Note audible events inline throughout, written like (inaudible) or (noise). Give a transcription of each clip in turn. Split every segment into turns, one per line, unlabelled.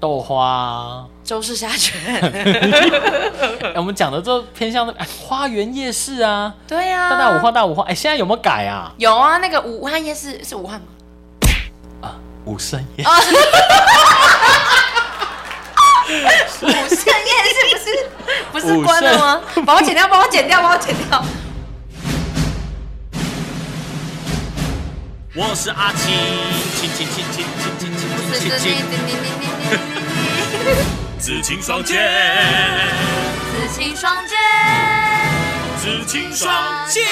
豆花啊。
周氏虾
(laughs)
卷，
哎我们讲的都偏向哎花园夜市啊，
对呀、啊，
大大五花大五花。哎，现在有没有改啊？
有啊，那个武汉夜市是武汉吗？
啊，武圣夜
武圣夜市不是 (laughs) 不是关了吗？帮我剪掉，帮我剪掉，帮我剪 (laughs) 掉。
我是阿青，青青青青青青青
是是
青青，
是
紫青双剑，
紫青双剑，
紫青
双剑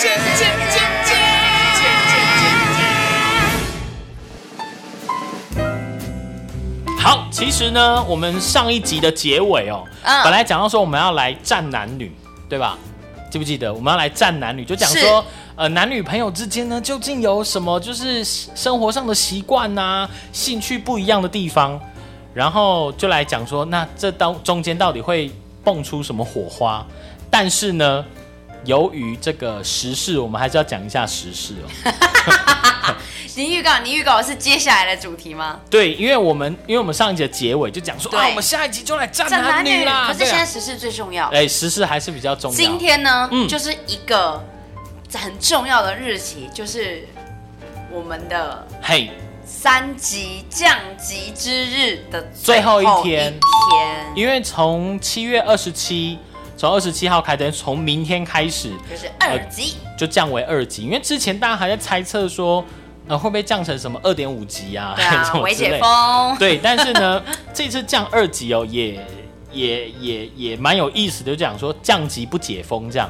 剑剑剑 (laughs) 剑剑
好，其实呢，我们上一集的结尾哦，
嗯
本来讲到说我们要来战男女，对吧？记不记得我们要来战男女？就讲
是
说，呃，男女朋友之间呢，究竟有什么就是生活上的习惯呐、兴趣不一样的地方，然后就来讲说，那这当中间到底会蹦出什么火花？但是呢，由于这个时事，我们还是要讲一下时事
(laughs)
哦。
你预告，你预告是接下来的主题吗？
对，因为我们因为我们上一集的结尾就讲说
对
啊，我们下一集就来战
战男
女
女，
啦。
可是
对啊
现在时事最重要。
哎，时事还是比较重要。
今天呢，
嗯
就是一个很重要的日期，就是我们的
嘿，
三级降级之日的
最后
后
一
一
天
天
因为从七月二十七，从二十七号开，等于从明天开始
就是二级，
就降为二级，因为之前大家还在猜测说，呃，会不会降成什么二点五级啊，
对
什 (laughs)
啊，
么
微
之类
解。封，
对，但是呢，这次降二级哦，也也也也蛮有意思的，就讲说降级不解封这样。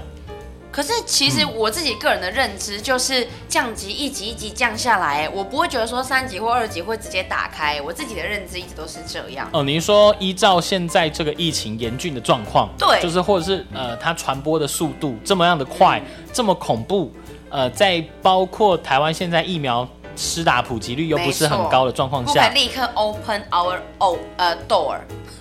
可是其实我自己个人的认知就是降级一级一级降下来，我不会觉得说三级或二级会直接打开，我自己的认知一直都是这样。
哦，您说依照现在这个疫情严峻的状况，
对
就是或者是呃，它传播的速度这么样的快，这么恐怖，呃，在包括台湾现在疫苗施打普及率又不是很高的状况
不可
下
以立刻 open our o 呃
(laughs)
door。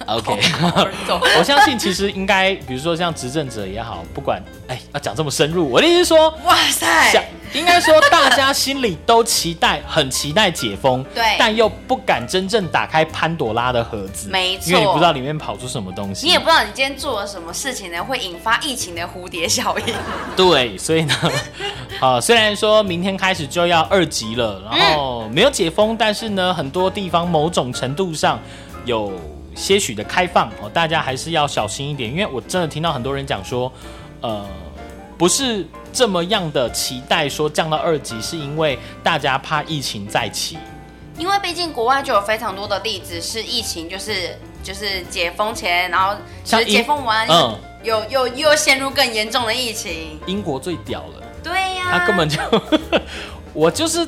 ，OK。
(laughs) our door
我相信，其实应该，比如说像执政者也好，不管，哎，要讲这么深 (laughs) 入，我的意思是说，
哇
想
塞，
应该说大家心里都期待，很期待解封，
对
但又不敢真正打开潘朵拉的盒子，
没错
因为你不知道里面跑出什么东西，
你也不知道你今天做了什么事情呢，会引发疫情的蝴蝶效应。
对，所以呢， (laughs) 啊，虽然说明天开始就要二级了，然后没有解封，但是呢，很多地方某种程度上有些许的开放哦，大家还是要小心一点，因为我真的听到很多人讲说，呃，不是这么样的期待说降到二级，是因为大家怕疫情再起，
因为毕竟国外就有非常多的例子是疫情，就是就是解封前，然后就
像
是
英
解封完，
嗯
又又又陷入更严重的疫情。
英国最屌了，
对呀、
他啊根本就， (laughs) 我就是。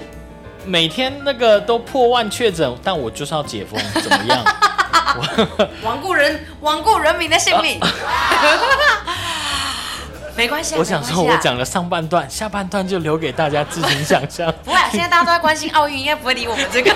每天那个都破万确诊，但我就是要解封，怎么样？
罔顾人罔顾人民的性命。 (laughs) 没关系啊，
啊我想说，
没关系啊
我讲了上半段，下半段就留给大家自行想
(laughs)
象。
不会啊，现在大家都在关心奥运，应该不会理我们
(laughs)
这个。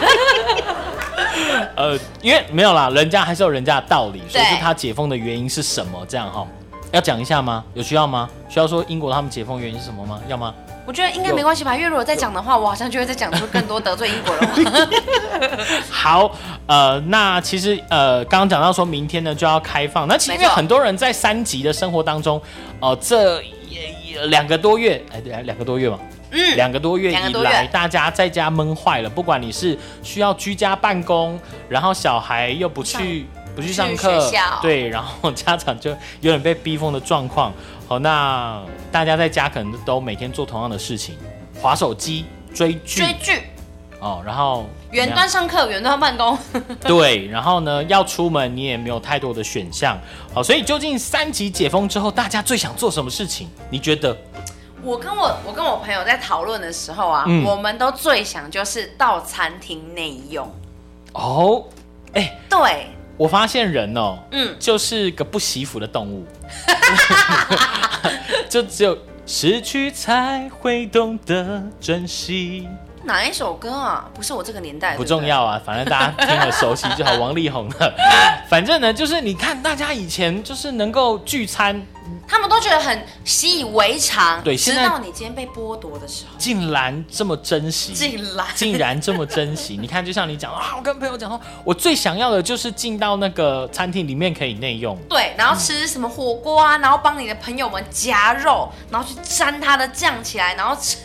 呃，因为没有啦，人家还是有人家的道理，所以
对
是他解封的原因是什么？这样哈，要讲一下吗？有需要吗？需要说英国他们解封原因是什么吗？要吗？
我觉得应该没关系吧，因为如果再讲的话，我好像就会再讲出更多得罪英国的
(laughs)
话。
好，呃，那其实呃，刚刚讲到说明天呢就要开放，那其实
没
因
错
为很多人在三级的生活当中，哦、这也也两个多月，哎，对，两个多月嘛。
(laughs) 嗯
两个多月
两个
以
多月
来，大家在家闷坏了。不管你是需要居家办公，然后小孩又不去不去上
去
课
学校，
对，然后家长就有点被逼疯的状况。好，那大家在家可能都每天做同样的事情，划手机、追剧
追剧，
哦，然后怎
远
么样
端上课，远端办公，
对，然后呢，要出门你也没有太多的选项，好，所以究竟三级解封之后，大家最想做什么事情？你觉得？
我跟我我跟我朋友在讨论的时候啊，
嗯
我们都最想就是到餐厅内用。
哦，哎、
对，
我发现人哦，
嗯，
就是个不习服的动物， (laughs) 就只有失去才会懂得珍惜。
哪一首歌啊？不是我这个年代，
不
对对
重。要啊，反正大家听了熟悉就好。王力宏
(laughs)
的，反正呢，就是你看大家以前就是能够聚餐，
他们都觉得很习以为常，
对
直
现在
到你今天被剥夺的时候，
竟然这么珍惜，
竟然
竟然这么珍惜。你看，就像你讲啊，我跟朋友讲说，我最想要的就是进到那个餐厅里面可以内用。
(laughs) 对，然后吃什么火锅啊，然后帮你的朋友们夹肉，然后去沾它的酱起来，然后吃。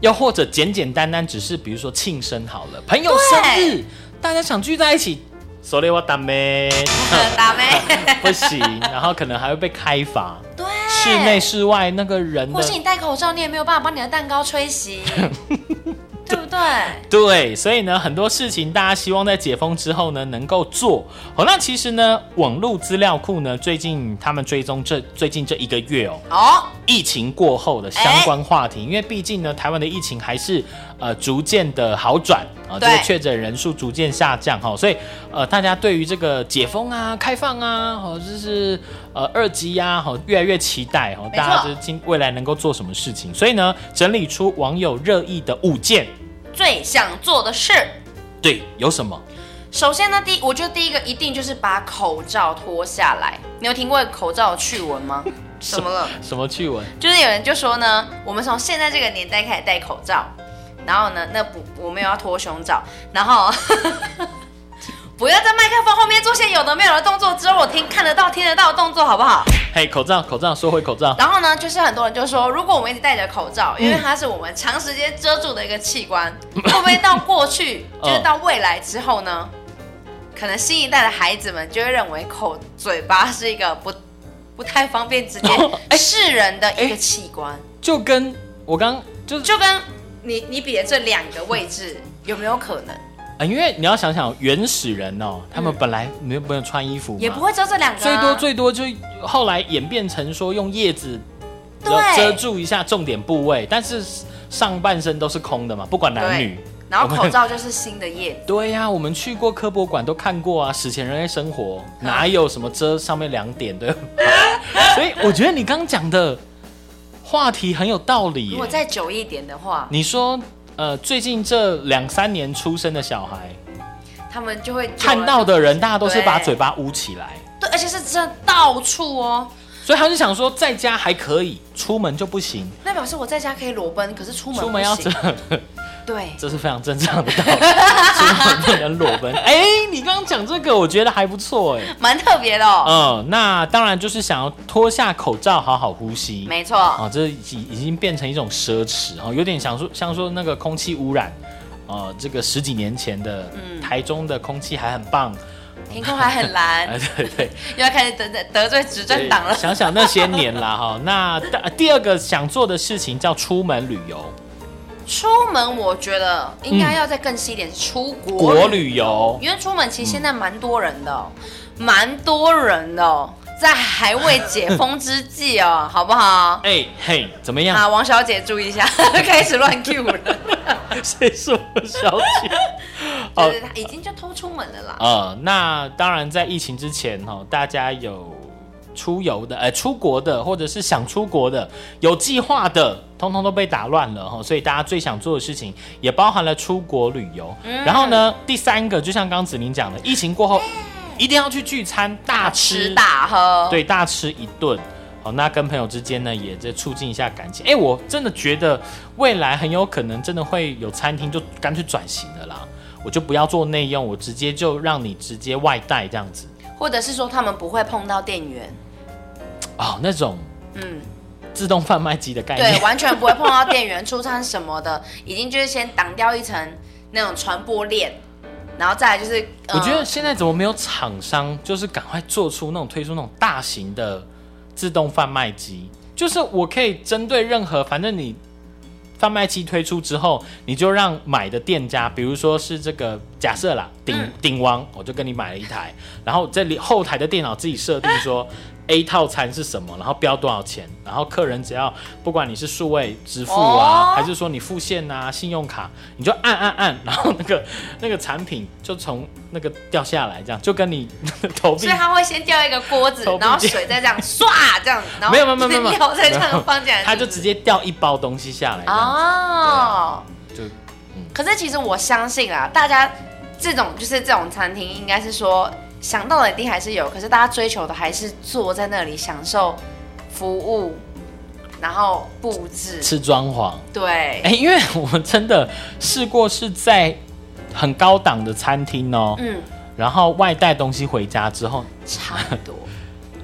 又或者简简单单只是比如说庆生好了，朋友生日，大家想聚在一起，所以我打
(laughs)
咩
呃
(laughs)
打没？
不行，然后可能还会被开罚，
对，
室内室外那个人
或
的
是你戴口罩，你也没有办法帮你的蛋糕
(laughs)
吹熄，对不对？
对，所以呢，很多事情大家希望在解封之后呢能够做。好，那其实呢，网络资料库呢，最近他们追踪这最近这一个月哦，
哦，
疫情过后的相关话题，因为毕竟呢，台湾的疫情还是呃逐渐的好转啊，这
对
个确诊人数逐渐下降哈、所以呃大家对于这个解封啊、开放啊，哦就是呃二级啊，哦越来越期待哦，
没错
大家就是今未来能够做什么事情，所以呢，整理出网友热议的五件，
最想做的事，
对，有什么？
首先呢，第一我觉得第一个一定就是把口罩脱下来。你有听过口罩的趣闻 (laughs) 吗？怎么了？
什么趣闻？
就是有人就说呢，我们从现在这个年代开始戴口罩，然后呢，那不我们有要脱胸罩，然后 (laughs) 不要在麦克风后面做些有的没有的动作，只有我听看得到、听得到的动作，好不好？
嘿，口罩，口罩，说回口罩，
然后呢，就是很多人就说，如果我们一直戴着口罩，因为它是我们长时间遮住的一个器官，会不会到
(laughs)
过去，
嗯
就是到未来之后呢？可能新一代的孩子们就会认为口嘴巴是一个不不太方便直
哦
接
(laughs) 哎
示人的一个
哎
器官。
就跟我刚就是、
就跟你你比的这两个位置有没有可能，
啊，因为你要想想原始人哦，他们本来没有没有穿衣服嘛，
嗯也不会只有这两个、啊，
最多最多就后来演变成说用叶子
对
遮住一下重点部位，但是上半身都是空的嘛，不管男女。
然后
我们
口罩就是新
(laughs)
的叶子，
对呀、啊我们去过科博馆都看过啊，史前人类生活哪有什么遮上面两点
(laughs)
的？所以我觉得你刚讲的话题很有道理
如
耶
果。再久一点的话，
你说，呃，最近这两三年出生的小孩，
他们就会久了
看到的人大家都是把
对
嘴巴捂起来，
对，而且是真的到处哦。
所以他就想说，在家还可以，出门就不行，
那表示我在家可以裸奔，可是出门
出门要
不
遮
行。。 (laughs) 对，
这是非常正常的道理， (laughs) 出门不能裸奔。哎、你刚刚讲这个，我觉得还不错哎、
蛮特别的哦。
嗯，那当然就是想要脱下口罩，好好呼吸。
(laughs) 没错，
啊，这已已经变成一种奢侈哦，有点想说像说那个空气污染，呃，这个十几年前的
嗯
台中的空气还很棒，
天空还很
(laughs)
蓝
哎，，对对
又要开始得得得罪执 (laughs) 政党了。
想想那些年啦哈。那大第二个想做的事情叫出门旅游，
出门我觉得应该要再更细一点，出国
国旅游，
因为出门其实现在蛮多人的哦、蛮多人的哦、在还未解封之际哦，好不好？
哎、嘿，怎么样？ (laughs)
啊，王小姐注意一下， (laughs) 开始乱 Q 了，
谁说小姐？
就
哦
是已经就偷出门了啦。
呃，那当然，在疫情之前哦，大家有出游的，呃，出国的，或者是想出国的，有计划的，通通都被打乱了哈、哦。所以大家最想做的事情，也包含了出国旅游。然后呢，第三个，就像刚子宁讲的，疫情过后、一定要去聚餐，大吃
吃大喝，
对，大吃一顿。好，那跟朋友之间呢，也在促进一下感情。哎、我真的觉得未来很有可能真的会有餐厅就干脆转型的啦，我就不要做内用，我直接就让你直接外带这样子。
或者是说他们不会碰到店员，
哦，那种
嗯，
自动贩卖机的概
对，
念，
完全不会碰到店员出餐什么的，已经就是先挡掉一层那种传播链，然后再来就是，呃
我觉得现在怎么没有厂商就是赶快做出那种推出那种大型的自动贩卖机，就是我可以针对任何，反正你贩卖机推出之后，你就让买的店家，比如说是这个假设啦，鼎鼎王，我就跟你买了一台，然后这里后台的电脑自己设定说 A 套餐是什么，然后标多少钱，然后客人只要不管你是数位支付啊，
哦
还是说你付现啊、信用卡，你就按按按，然后那个那个产品就从那个掉下来，这样就跟你 (laughs) 投币
所以他会先掉一个锅子
投，币
然后水再这样唰这样，然后
没有没有没有没有
(laughs) 料再这样放进来，
他就直接掉一包东西下来，这样
哦，
就嗯
可是其实我相信啊，大家这种就是这种餐厅，应该是说想到的一定还是有，可是大家追求的还是坐在那里享受服务，然后布置，
吃装潢。
对，
哎、因为我真的试过是在很高档的餐厅哦，
嗯，
然后外带东西回家之后，
差不多。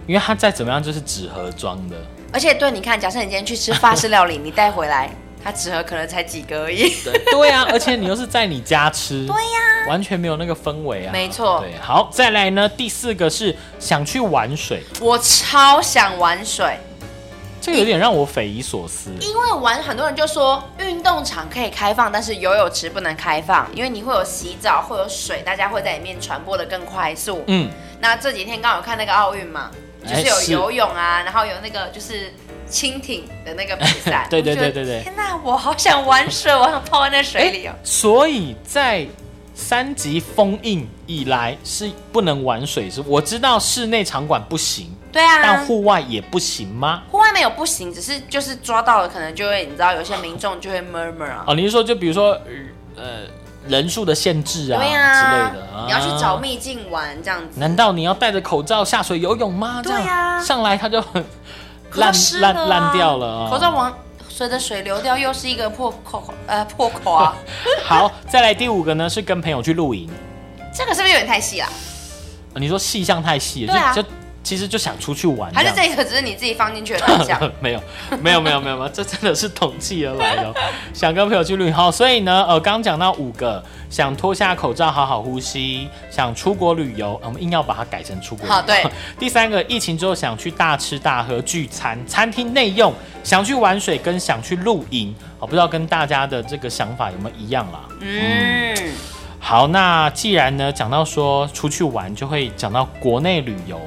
因为它再怎么样就是纸盒装的，
而且对，你看，假设你今天去吃法式料理，你带回来，它纸盒可能才几个而 (laughs) 已。
对 (laughs) 对啊，而且你又是在你家吃，对呀、完全没有那个氛围啊。
啊没错
对，好，再来呢，第四个是想去玩水，
我超想玩水，
这个有点让我匪夷所思。
因为玩很多人就说运动场可以开放，但是游泳池不能开放，因为你会有洗澡，会有水，大家会在里面传播的更快速。
嗯，
那这几天刚好有看那个奥运嘛，就
哎
是有
是。
游泳啊，然后有那个就是蜻蜓的那个比 (laughs) 赛
对对
我就觉得
对对对
天哪，我好想玩水，我想泡在那水里哦。
所以在三级封印以来是不能玩水，是我知道室内场馆不行，
对啊，
但户外也不行吗？
户外没有不行，只是就是抓到了，可能就会你知道有些民众就会 murmur 啊，
哦，你是说就比如说呃人数的限制啊
对
之类的，啊
你要去找秘境玩这样子，
难道你要戴着口罩下水游泳吗？这
对
样
啊
上来它就 (laughs) 很
口罩
烂
湿了啊
烂烂掉了啊、
口罩往随着水流掉又是一个破口呃破
(laughs)
口啊，
好，再来第五个呢是跟朋友去露营，
这个是不是有点太细了？啊
呃你说细项太细了，
对啊
就就其实就想出去玩
还
这
是
样。
这个只是你自己放进去的对象？
(laughs) 没有，没有，没有，没有，没有，这真的是统计而来的哦。想跟朋友去旅游，所以呢，呃，刚讲到五个，想脱下口罩好好呼吸，想出国旅游，呃我们硬要把它改成出国旅游。
好
(laughs)
对。
第三个，疫情之后想去大吃大喝、聚餐、餐厅内用，想去玩水跟想去露营，我、不知道跟大家的这个想法有没有一样啦。
嗯，
好，那既然呢讲到说出去玩，就会讲到国内旅游。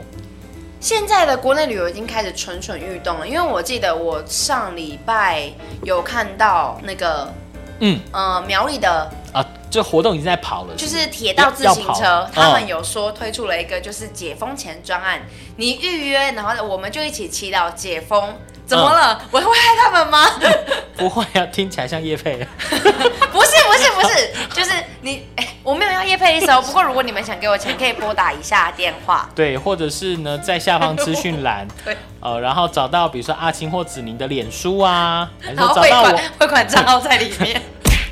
现在的国内旅游已经开始蠢蠢欲动了，因为我记得我上礼拜有看到那个
嗯
呃苗栗的
啊，这活动已经在跑了，
就是铁道自行
要要
车
跑，嗯
他们有说推出了一个就是解封前专案，你预约，然后我们就一起祈祷解封。怎么了？
嗯
我会害他们吗？ (laughs)
不会啊，听起来像叶佩。
不是不是不是，就是你，哎、我没有要叶配的意思哦。不过如果你们想给我钱，可以拨打以下电话。，
对，或者是呢，在下方资讯栏
(laughs) 对，
呃，然后找到比如说阿青或子宁的脸书啊，还是
然
说
后
找
汇
到我
款，汇款账号在里面。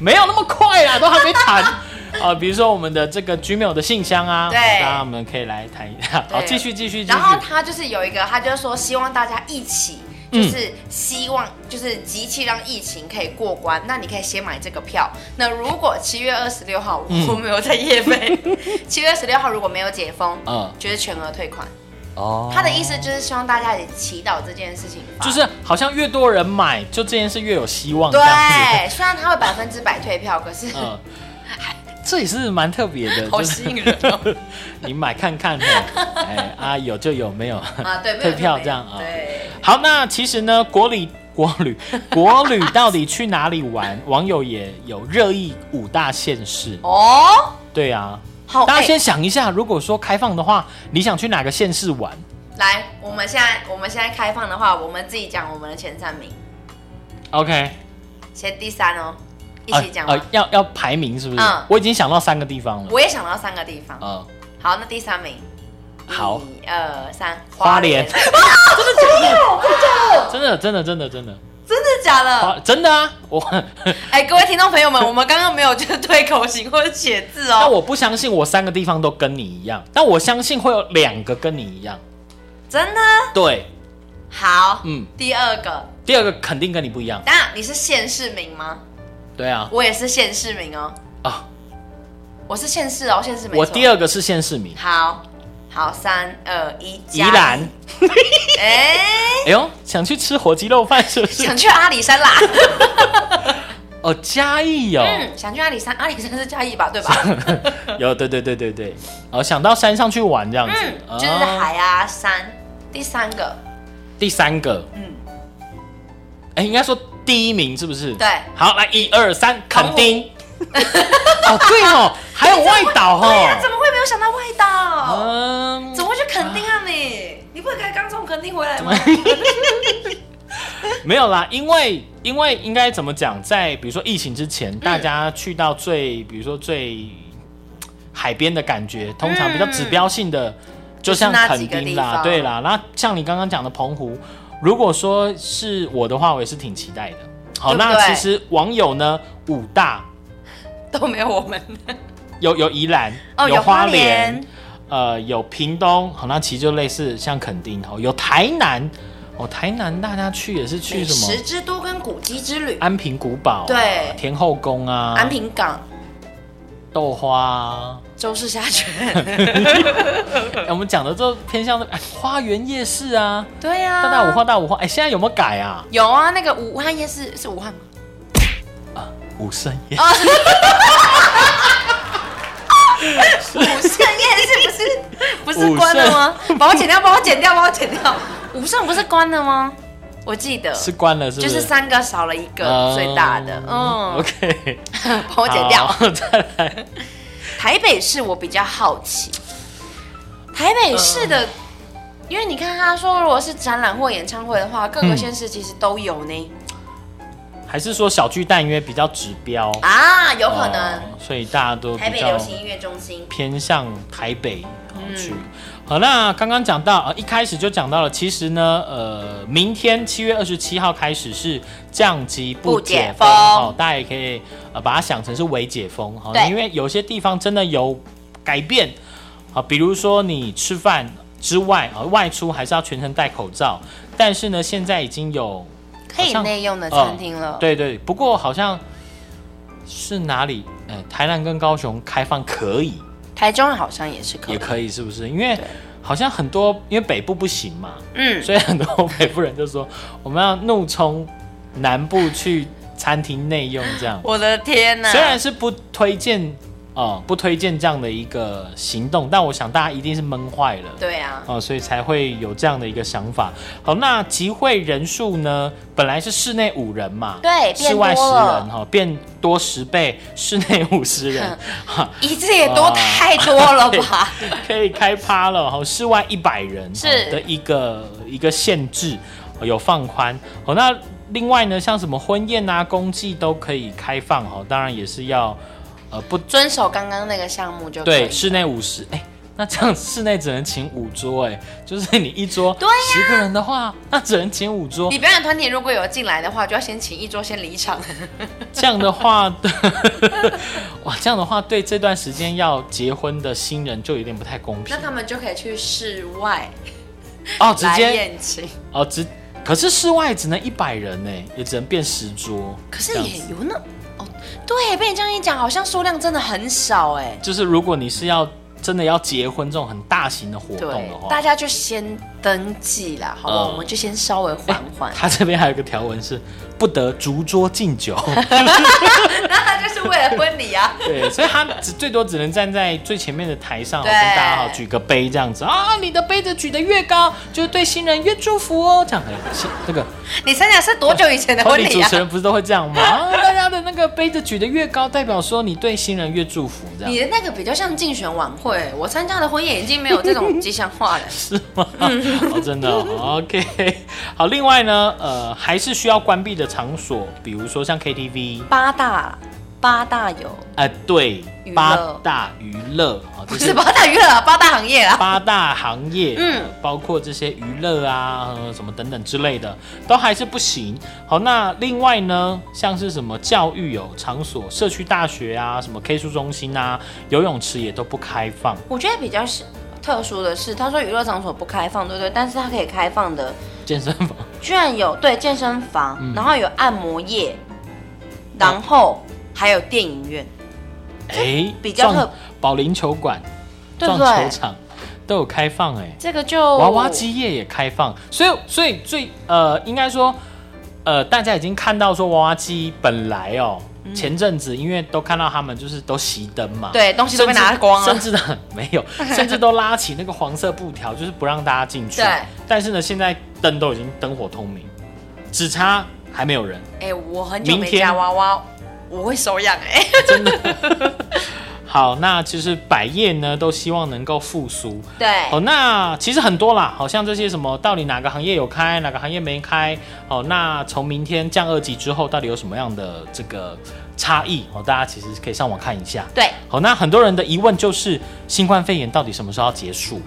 没有那么快啊啦，都还没谈。 (laughs) 呃，比如说我们的这个 Gmail 的信箱啊，
对
当然我们可以来谈一下。好，
对
继续继续继续
然。后他就是有一个，他就说希望大家一起，
嗯
就是希望就是集气让疫情可以过关。那你可以先买这个票。那如果七月二十六号
嗯
我没有在夜
(laughs)
飞，七月二十六号如果没有解封，
嗯，
就是全额退款。
哦
他的意思就是希望大家也祈祷这件事情发
就是好像越多人买，就这件事越有希望这样子。
对，虽然他会百分之百退票，可是
嗯，这也是蛮特别的，
(laughs) 好
就是
吸引人哦
你买看看哦，哎啊有就有，没有。
啊，对，没
退
有
票
就没有
这样啊
对，
好，那其实呢，国旅 (laughs) 国旅国旅到底去哪里玩？网友也有热议五大县市。
哦，
对啊，
好，
大家
哎
先想一下，如果说开放的话，你想去哪个县市玩？
来，我们现在我们现在开放的话，我们自己讲我们的前三名。
OK，
先第三哦，一起讲
呃
完。
呃要要排名是不是？
嗯
我已经想到三个地方了。
我也想到三个地方。
呃，
好，那第三名。
好
一二三，
花莲
真 (laughs) 的
真的真的真的真的，
假的？
花真的啊，我
哎，各位听众朋友们，我们刚刚没有就是对口型或者写字
(laughs) 但
哦，
我不相信我三个地方都跟你一样，但我相信会有两个跟你一样。
真的。
对，
好，
嗯，
第二个，
第二个肯定跟你不一样。
当然你是县市名吗？
对啊，
我也是县市名哦，
啊，
我是县市哦，县市没错。
我第二个是县市名，
好，好，三二一，
宜兰。
嘉义。
(laughs)
哎，
哎呦，想去吃火鸡肉饭是不是？
想去阿里山啦？
哦，嘉义哦，
嗯，想去阿里山，阿里山是嘉义吧？对吧？
(laughs) 有对对对对对，哦，想到山上去玩这样子，
嗯，就是
哦
海啊、山。第三个，
第三个，
嗯，
哎，应该说第一名是不是？
对，
好，来一二三，
澎湖
垦
(laughs)
丁。哦，对哦，还有外岛
对哎呀、怎
哦。
么会没有想到外岛？
嗯
怎，么会去垦丁啊你？你不会刚刚从垦丁回来吗？
没有啦，因为因为应该怎么讲，在比如说疫情之前，大家去到最比如说最海边的感觉，通常比较指标性的，就像
就是那
垦
几个
丁
地
啦，
方
对啦，那像你刚刚讲的澎湖，如果说是我的话，我也是挺期待的。好，
对不
那
对
其实网友呢，五大
(laughs) 都没有我们
有 (laughs) 有宜兰，
哦，有
花
莲，
呃，有屏东，好，那其实就类似像垦丁，好，有台南，哦，台南大家去也是去
美
什么啊
食之都跟古迹之旅，
安平古堡、
对
田后宫啊，
安平港、
豆花、啊，
周氏沙
(laughs)
泉，嗯
哎我们讲的都偏向那个、哎花园夜市啊，
对呀、啊，
大大五花大五花，哎、现在有没有改啊？
有啊，那个武汉夜市是
(laughs)
武汉吗？
武圣夜，
武圣夜市
(laughs)
不是不
武圣 (laughs)
是关了吗？把我剪掉，把我剪掉，把我剪掉。武圣不是关了吗？我记得
是关了是不？
就是是三个少了一
啊
个最大的，嗯，
，OK，
把我剪掉。 (laughs)
好再来，
台北市我比较好奇，台北市的，因为你看他说如果是展览或演唱会的话，各个
嗯
县市其实都有呢。
还是说小巨蛋因为比较指标，
啊，有可能
哦所以大家都
台
比
北
较
流行音乐中心，
偏向台北呃去。
嗯
好，那刚刚讲到，呃，一开始就讲到了，其实呢，呃，明天七月二十七号开始是降级不
不解
解
封
封，哦，大家也可以呃把它想成是微解封，好、
对
因为有些地方真的有改变，啊、比如说你吃饭之外啊、外出还是要全程戴口罩，但是呢，现在已经有
可以
好像
内用的餐厅了。
对对，不过好像是哪里？呃，台南跟高雄开放可以，
台中好像也是可
也
以，
可以，是不是？因为
对
好像很多，因为北部不行嘛， (laughs)
嗯，
所以很多北部人就说我们要怒冲南部去餐厅内用这样。
我的天呐！
虽然是不推荐，呃，不推荐这样的一个行动，但我想大家一定是闷坏了。
对啊，
哦，所以才会有这样的一个想法。好，那集会人数呢？本来是室内五人嘛，
对变
室外十
多
人
了
哈、哦，变多十倍，室内五十
(laughs)
人，哈，
一次也多太多了吧？
(laughs) 可以开趴了哈，室外一百人
是
哦的一个一个限制，哦有放宽。好，那另外呢，像什么婚宴啊、公祭都可以开放哦，当然也是要呃不
遵守刚刚那个项目就可以
对室内五十哎。那这样室内只能请五桌哎、就是你一桌
对呀
十个人的话，那只能请五桌。
你表演团体如果有进来的话，就要先请一桌先离场。
这样的话， (laughs) 哇，这样的话对这段时间要结婚的新人就有点不太公平
那他们就可以去室外
哦。直
来
接
宴请，
哦，直可是室外只能一百人呢，也只能变十桌。
可是
这样
也
子
有那哦，对，被你这样一讲，好像数量真的很少哎。
就是如果你是要真的要结婚这种很大型的活动
对
的，话
大，家就先登记啦，好吧？
嗯
我们就先稍微缓
(laughs)
缓。
(laughs) 他这边还有一个条文是不得逐桌敬
(laughs)
酒，
那他就是为了婚礼啊， (laughs)
对，所以他只最多只能站在最前面的台上，跟大
对
家好举个杯这样子啊，你的杯子举得越高，就是对新人越祝福哦，这样哎，是这个。
你参加是多久以前的
婚
婚
礼
礼
主
啊
持？人不是都会这样吗？啊大家的那个杯子举得越高，代表说你对新人越祝福，这
你
样
的那个比较像竞选晚会，我参加的婚宴已经没有这种吉祥
(laughs)
话了。
是吗？哦，真的哦、OK。好，另外呢，呃，还是需要关闭的场所，比如说像 KTV，
八大八大有，
呃，对
娱，乐
八大娱乐啊，
不
就是
八大娱乐啊，八大行业啊。
八大行业，
嗯
嗯，包括这些娱乐啊、呃什么等等之类的，都还是不行。好，那另外呢，像是什么教育有场所、社区大学啊、什么 K 书中心啊、游泳池也都不开放。
我觉得比较是特殊的是，他说娱乐场所不开放，对不对？但是他可以开放的，
健身房
居然有对健身房，
嗯
然后有按摩业，然后还有电影院，
哎、
比较
撞
特
保龄球馆、
对
撞
不
球
对？
场都有开放哎、
这个就
娃娃机业也开放，所以所以最呃，应该说呃，大家已经看到说娃娃机本来哦，前阵子因为都看到他们就是都熄灯嘛，
嗯对东西都被拿光
啊甚
了，
至呢 (laughs) 没
(laughs)
有，甚至都拉起那个黄色布条，就是不让大家进去。
对
但是呢，现在灯都已经灯火通明，只差还没有人。
哎、我很久
明
没
天
夹娃娃，我会手痒哎、
真的。好，那其实百业呢都希望能够复苏。
对，
哦，那其实很多啦，好像这些什么，到底哪个行业有开，哪个行业没开？哦，那从明天降二级之后，到底有什么样的这个差异？哦，大家其实可以上网看一下。
对，
好，那很多人的疑问就是，新冠肺炎到底什么时候要结束？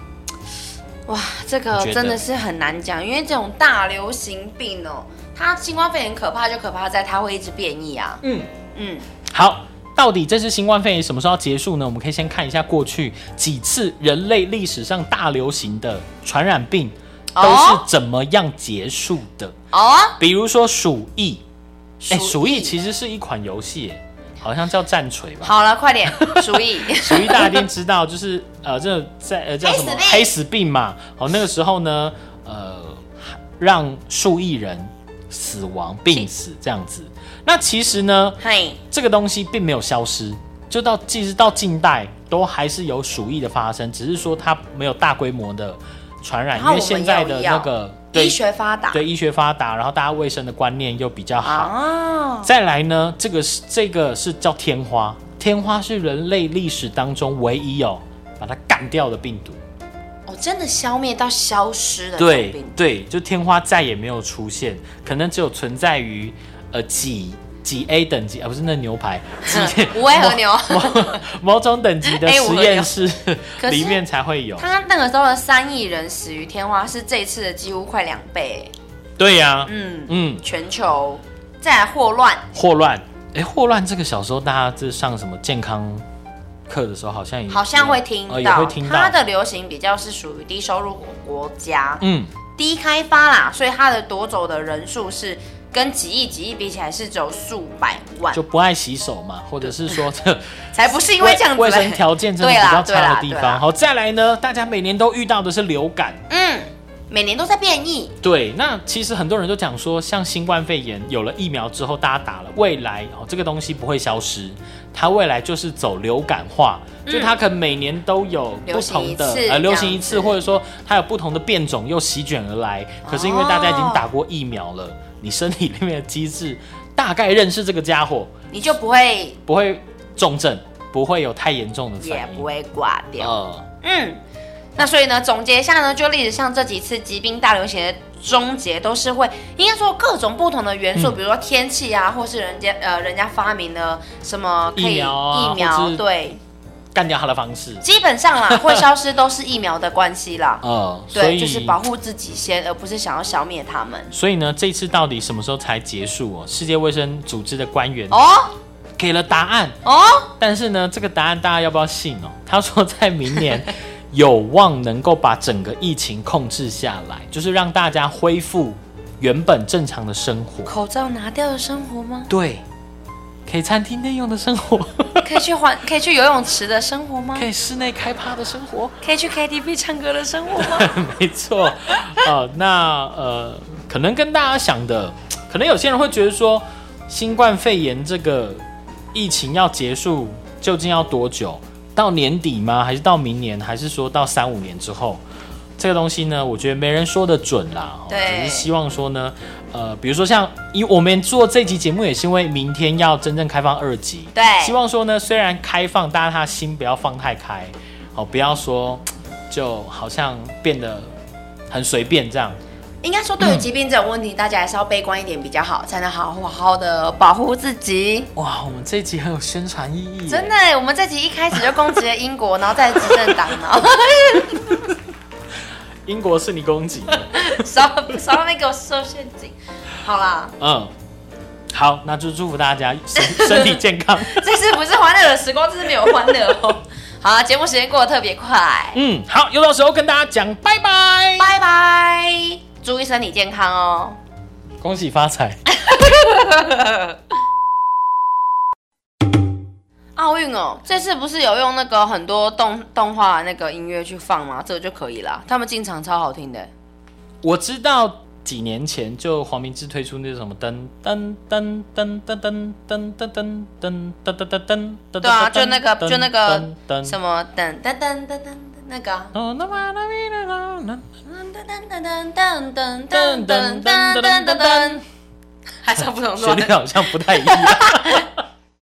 哇，这个
你觉得
真的是很难讲，因为这种大流行病哦，它新冠肺炎可怕就可怕在它会一直变异啊。
嗯，
嗯，
好，到底这次新冠肺炎什么时候要结束呢？我们可以先看一下过去几次人类历史上大流行的传染病都是
哦
怎么样结束的。
哦啊，
比如说鼠疫，哎、鼠疫
疫
其实是一款游戏耶，好像叫战锤吧。
好了，快点，
(laughs)
鼠疫。
鼠疫大家一定知道，就是呃，这个在呃叫什么
黑死病
黑死病嘛。好，那个时候呢，呃，让数亿人死亡、病死这样子。那其实呢，
嘿，
这个东西并没有消失，就到即使到近代都还是有鼠疫的发生，只是说它没有大规模的传染，因
然后
为现在
我
的
们有药
那个对
医学发达
对医学发达，然后大家卫生的观念又比较好。
啊，
再来呢，这个是这个是叫天花，天花是人类历史当中唯一哦把它干掉的病毒。
哦，真的消灭到消失的这种
对
病
对，就天花再也没有出现，可能只有存在于呃几几 A 等级，而、不是那牛
(laughs)
排，几
毒，无为
(laughs)
和牛。 (laughs)
某某种等级的
A 五
实
和
验室 (laughs)
可是
里面才会有。
他那个时候的三亿人死于天花，是这次的几乎快两倍。
对呀、
嗯，
嗯，
全球再来霍乱，
霍乱，哎，霍乱这个小时候大家这上什么健康课的时候，好像也
好像会听
呃也
到，
会听到
它的流行比较是属于低收入国家、
嗯，
低开发啦，所以它的夺走的人数是跟几亿几亿比起来是只有数百万，
就不爱洗手嘛，或者是说这。
才不是因为这样子
卫
嘞
生条件真的比较差的地
对啦对啦对啦
方。好，再来呢，大家每年都遇到的是流感。
嗯，每年都在变异，
对，那其实很多人都讲说，像新冠肺炎有了疫苗之后，大家打了，未来哦这个东西不会消失，它未来就是走流感化，就它可能每年都有不同的
嗯流行一次
呃流行一
这
次，
样子
或者说它有不同的变种又席卷而来。可是因为大家已
哦
经打过疫苗了，你身体里面的机制大概认识这个家伙，
你就不会
不会重症，不会有太严重的反
也
应。
不会挂掉。
呃
嗯，那所以呢，总结一下呢，就历史上这几次疾病大流行的终结，都是会应该说各种不同的元素，
嗯
比如说天气啊，或是人家呃人家发明了什么可以
疫苗啊
疫苗
或是
对，
干掉它的方式。
基本上啦会消失都是疫苗的关系
(laughs)
啦。
呃，所
对，
以
就是保护自己先，而不是想要消灭他
(laughs)
们。
所以呢，这次到底什么时候才结束哦？世界卫生组织的官员
哦
给了答案，
哦，
但是呢，这个答案大家要不要信哦？ (laughs) 他说在明年有望能够把整个疫情控制下来，就是让大家恢复原本正常的生活。？
口罩拿掉的生活吗
对，可以餐厅内用的生活， (laughs)
可以去环， (laughs) 可以去游泳池的生活吗
可？以室内开趴的生活。
可以去 KTV 唱歌的生活吗？
没错，呃，那呃，可能跟大家想的，可能有些人会觉得说，新冠肺炎这个疫情要结束，究竟要多久？到年底吗？还是到明年？还是说到三五年之后？这个东西呢，我觉得没人说的准啦。哦
对
只是希望说呢，呃，比如说像，因为我们做这集节目也是因为明天要真正开放二级，
对
希望说呢，虽然开放，大家他心不要放太开，哦，不要说就好像变得很随便这样。
应该说，对
嗯
于疾病这种问题，大家还是要悲观一点比较好，才能好好好的保护自己。
哇，我们这一集很有宣传意义耶，
真的，我们这集一开始就攻击了英国，然后再执政党， (laughs) 然后
英国是你攻
(laughs)
击的，
少少没给我设陷阱。好啦，
嗯，好，那就祝福大家身身 (laughs) 体健
(laughs)
康，
这次不是欢乐的时光，这次没有欢乐哦。 (laughs) 好啦，节目时间过得特别快，
嗯，好，又到时候跟大家讲拜拜，
拜拜，注意身体健康哦。
恭喜发财。
奥运哦，这次不是有用那个很多动动画那个音乐去放吗？这个就可以啦，他们进场超好听的。
我知道几年前就黄明志推出那什么噔噔噔噔噔噔噔噔噔噔噔噔噔噔噔，
对啊，就那个就那个
噔
什么噔噔噔噔噔噔那个啊
哦，那么那那那
噔噔噔噔噔噔噔噔噔噔噔，还是不同
旋律
段。
好像不太一样。